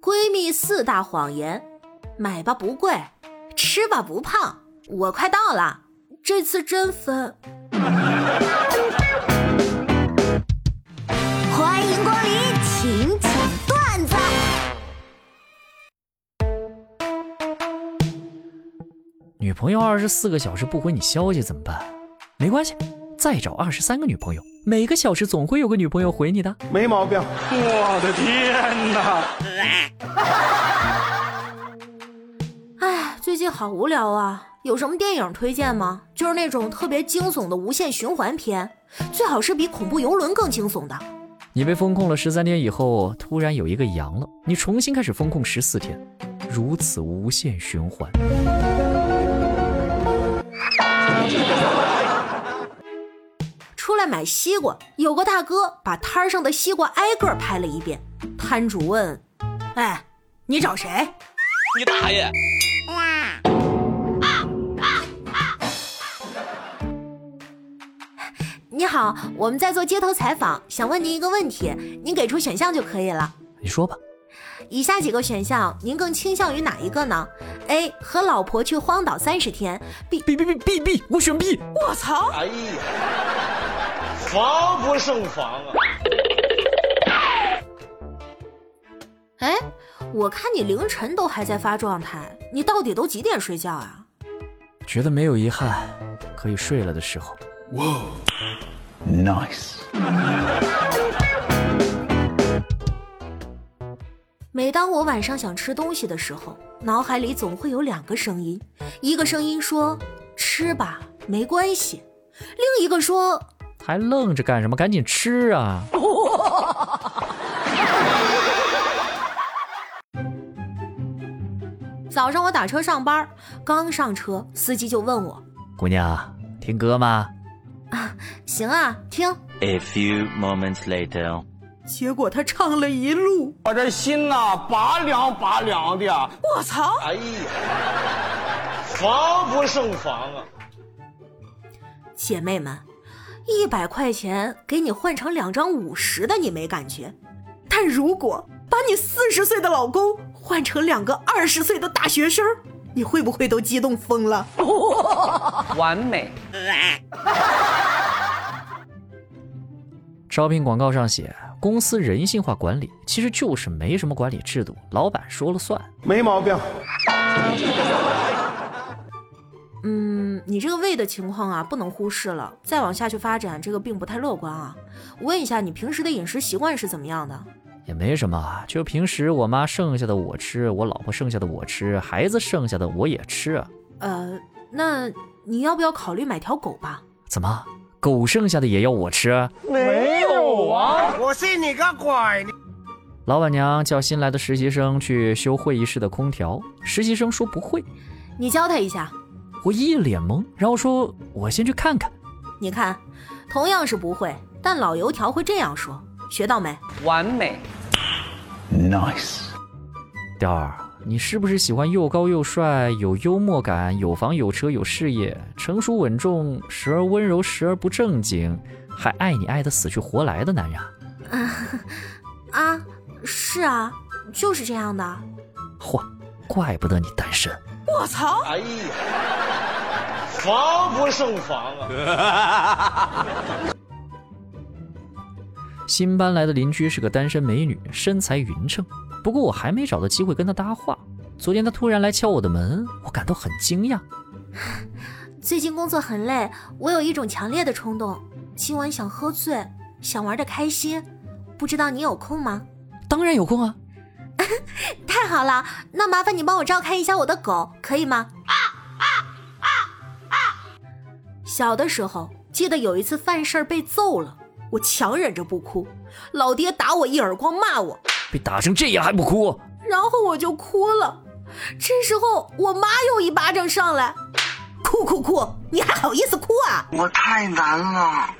闺蜜四大谎言：买吧不贵，吃吧不胖，我快到了。这次真分。欢迎光临，请讲段子。女朋友二十四个小时不回你消息怎么办？没关系，再找二十三个女朋友，每个小时总会有个女朋友回你的。没毛病。我的天哪！哎，最近好无聊啊！有什么电影推荐吗？就是那种特别惊悚的无限循环片，最好是比恐怖游轮更惊悚的。你被封控了十三天以后，突然有一个阳了，你重新开始封控十四天，如此无限循环。出来买西瓜，有个大哥把摊儿上的西瓜挨个拍了一遍。摊主问：“哎，你找谁你大爷！？”你好，我们在做街头采访，想问您一个问题，您给出选项就可以了。你说吧，以下几个选项，您更倾向于哪一个呢？A. 和老婆去荒岛三十天；B. B B B B B，我选 B。我操！哎呀，防不胜防啊！哎，我看你凌晨都还在发状态，你到底都几点睡觉啊？觉得没有遗憾，可以睡了的时候。每当我晚上想吃东西的时候，脑海里总会有两个声音，一个声音说“吃吧，没关系”，另一个说还愣着干什么？赶紧吃啊！早上我打车上班，刚上车，司机就问我姑娘，听歌吗？：“行啊，听。 A few moments later. ”结果他唱了一路，我这心呐、拔凉拔凉的。我操！哎呀，防不胜防啊！姐妹们，一百块钱给你换成两张五十的，你没感觉；但如果把你四十岁的老公换成两个二十岁的大学生，你会不会都激动疯了？招聘广告上写公司人性化管理，其实就是没什么管理制度，老板说了算。没毛病。嗯，你这个胃的情况啊，不能忽视了。再往下去发展，这个并不太乐观啊。问一下，你平时的饮食习惯是怎么样的？也没什么，就平时我妈剩下的我吃，我老婆剩下的我吃，孩子剩下的我也吃啊。呃，那你要不要考虑买条狗吧？怎么，狗剩下的也要我吃？啊没有啊！老板娘叫新来的实习生去修会议室的空调，实习生说不会，你教他一下。我一脸懵，然后说我先去看看。你看，同样是不会，但老油条会这样说，学到没？雕儿，你是不是喜欢又高又帅、有幽默感、有房有车有事业、成熟稳重、时而温柔时而不正经，还爱你爱得死去活来的男人啊？啊，是啊，就是这样的。嚯，怪不得你单身。哎呀，防不胜防啊！新搬来的邻居是个单身美女，身材匀称。不过我还没找到机会跟她搭话。昨天她突然来敲我的门，我感到很惊讶。最近工作很累，我有一种强烈的冲动，今晚想喝醉，想玩的开心，不知道你有空吗？当然有空啊，太好了，那麻烦你帮我照看一下我的狗，可以吗？小的时候，记得有一次犯事儿被揍了，我强忍着不哭，老爹打我一耳光骂我，被打成这样还不哭？然后我就哭了。这时候我妈又一巴掌上来，哭哭哭，你还好意思哭啊？我太难了。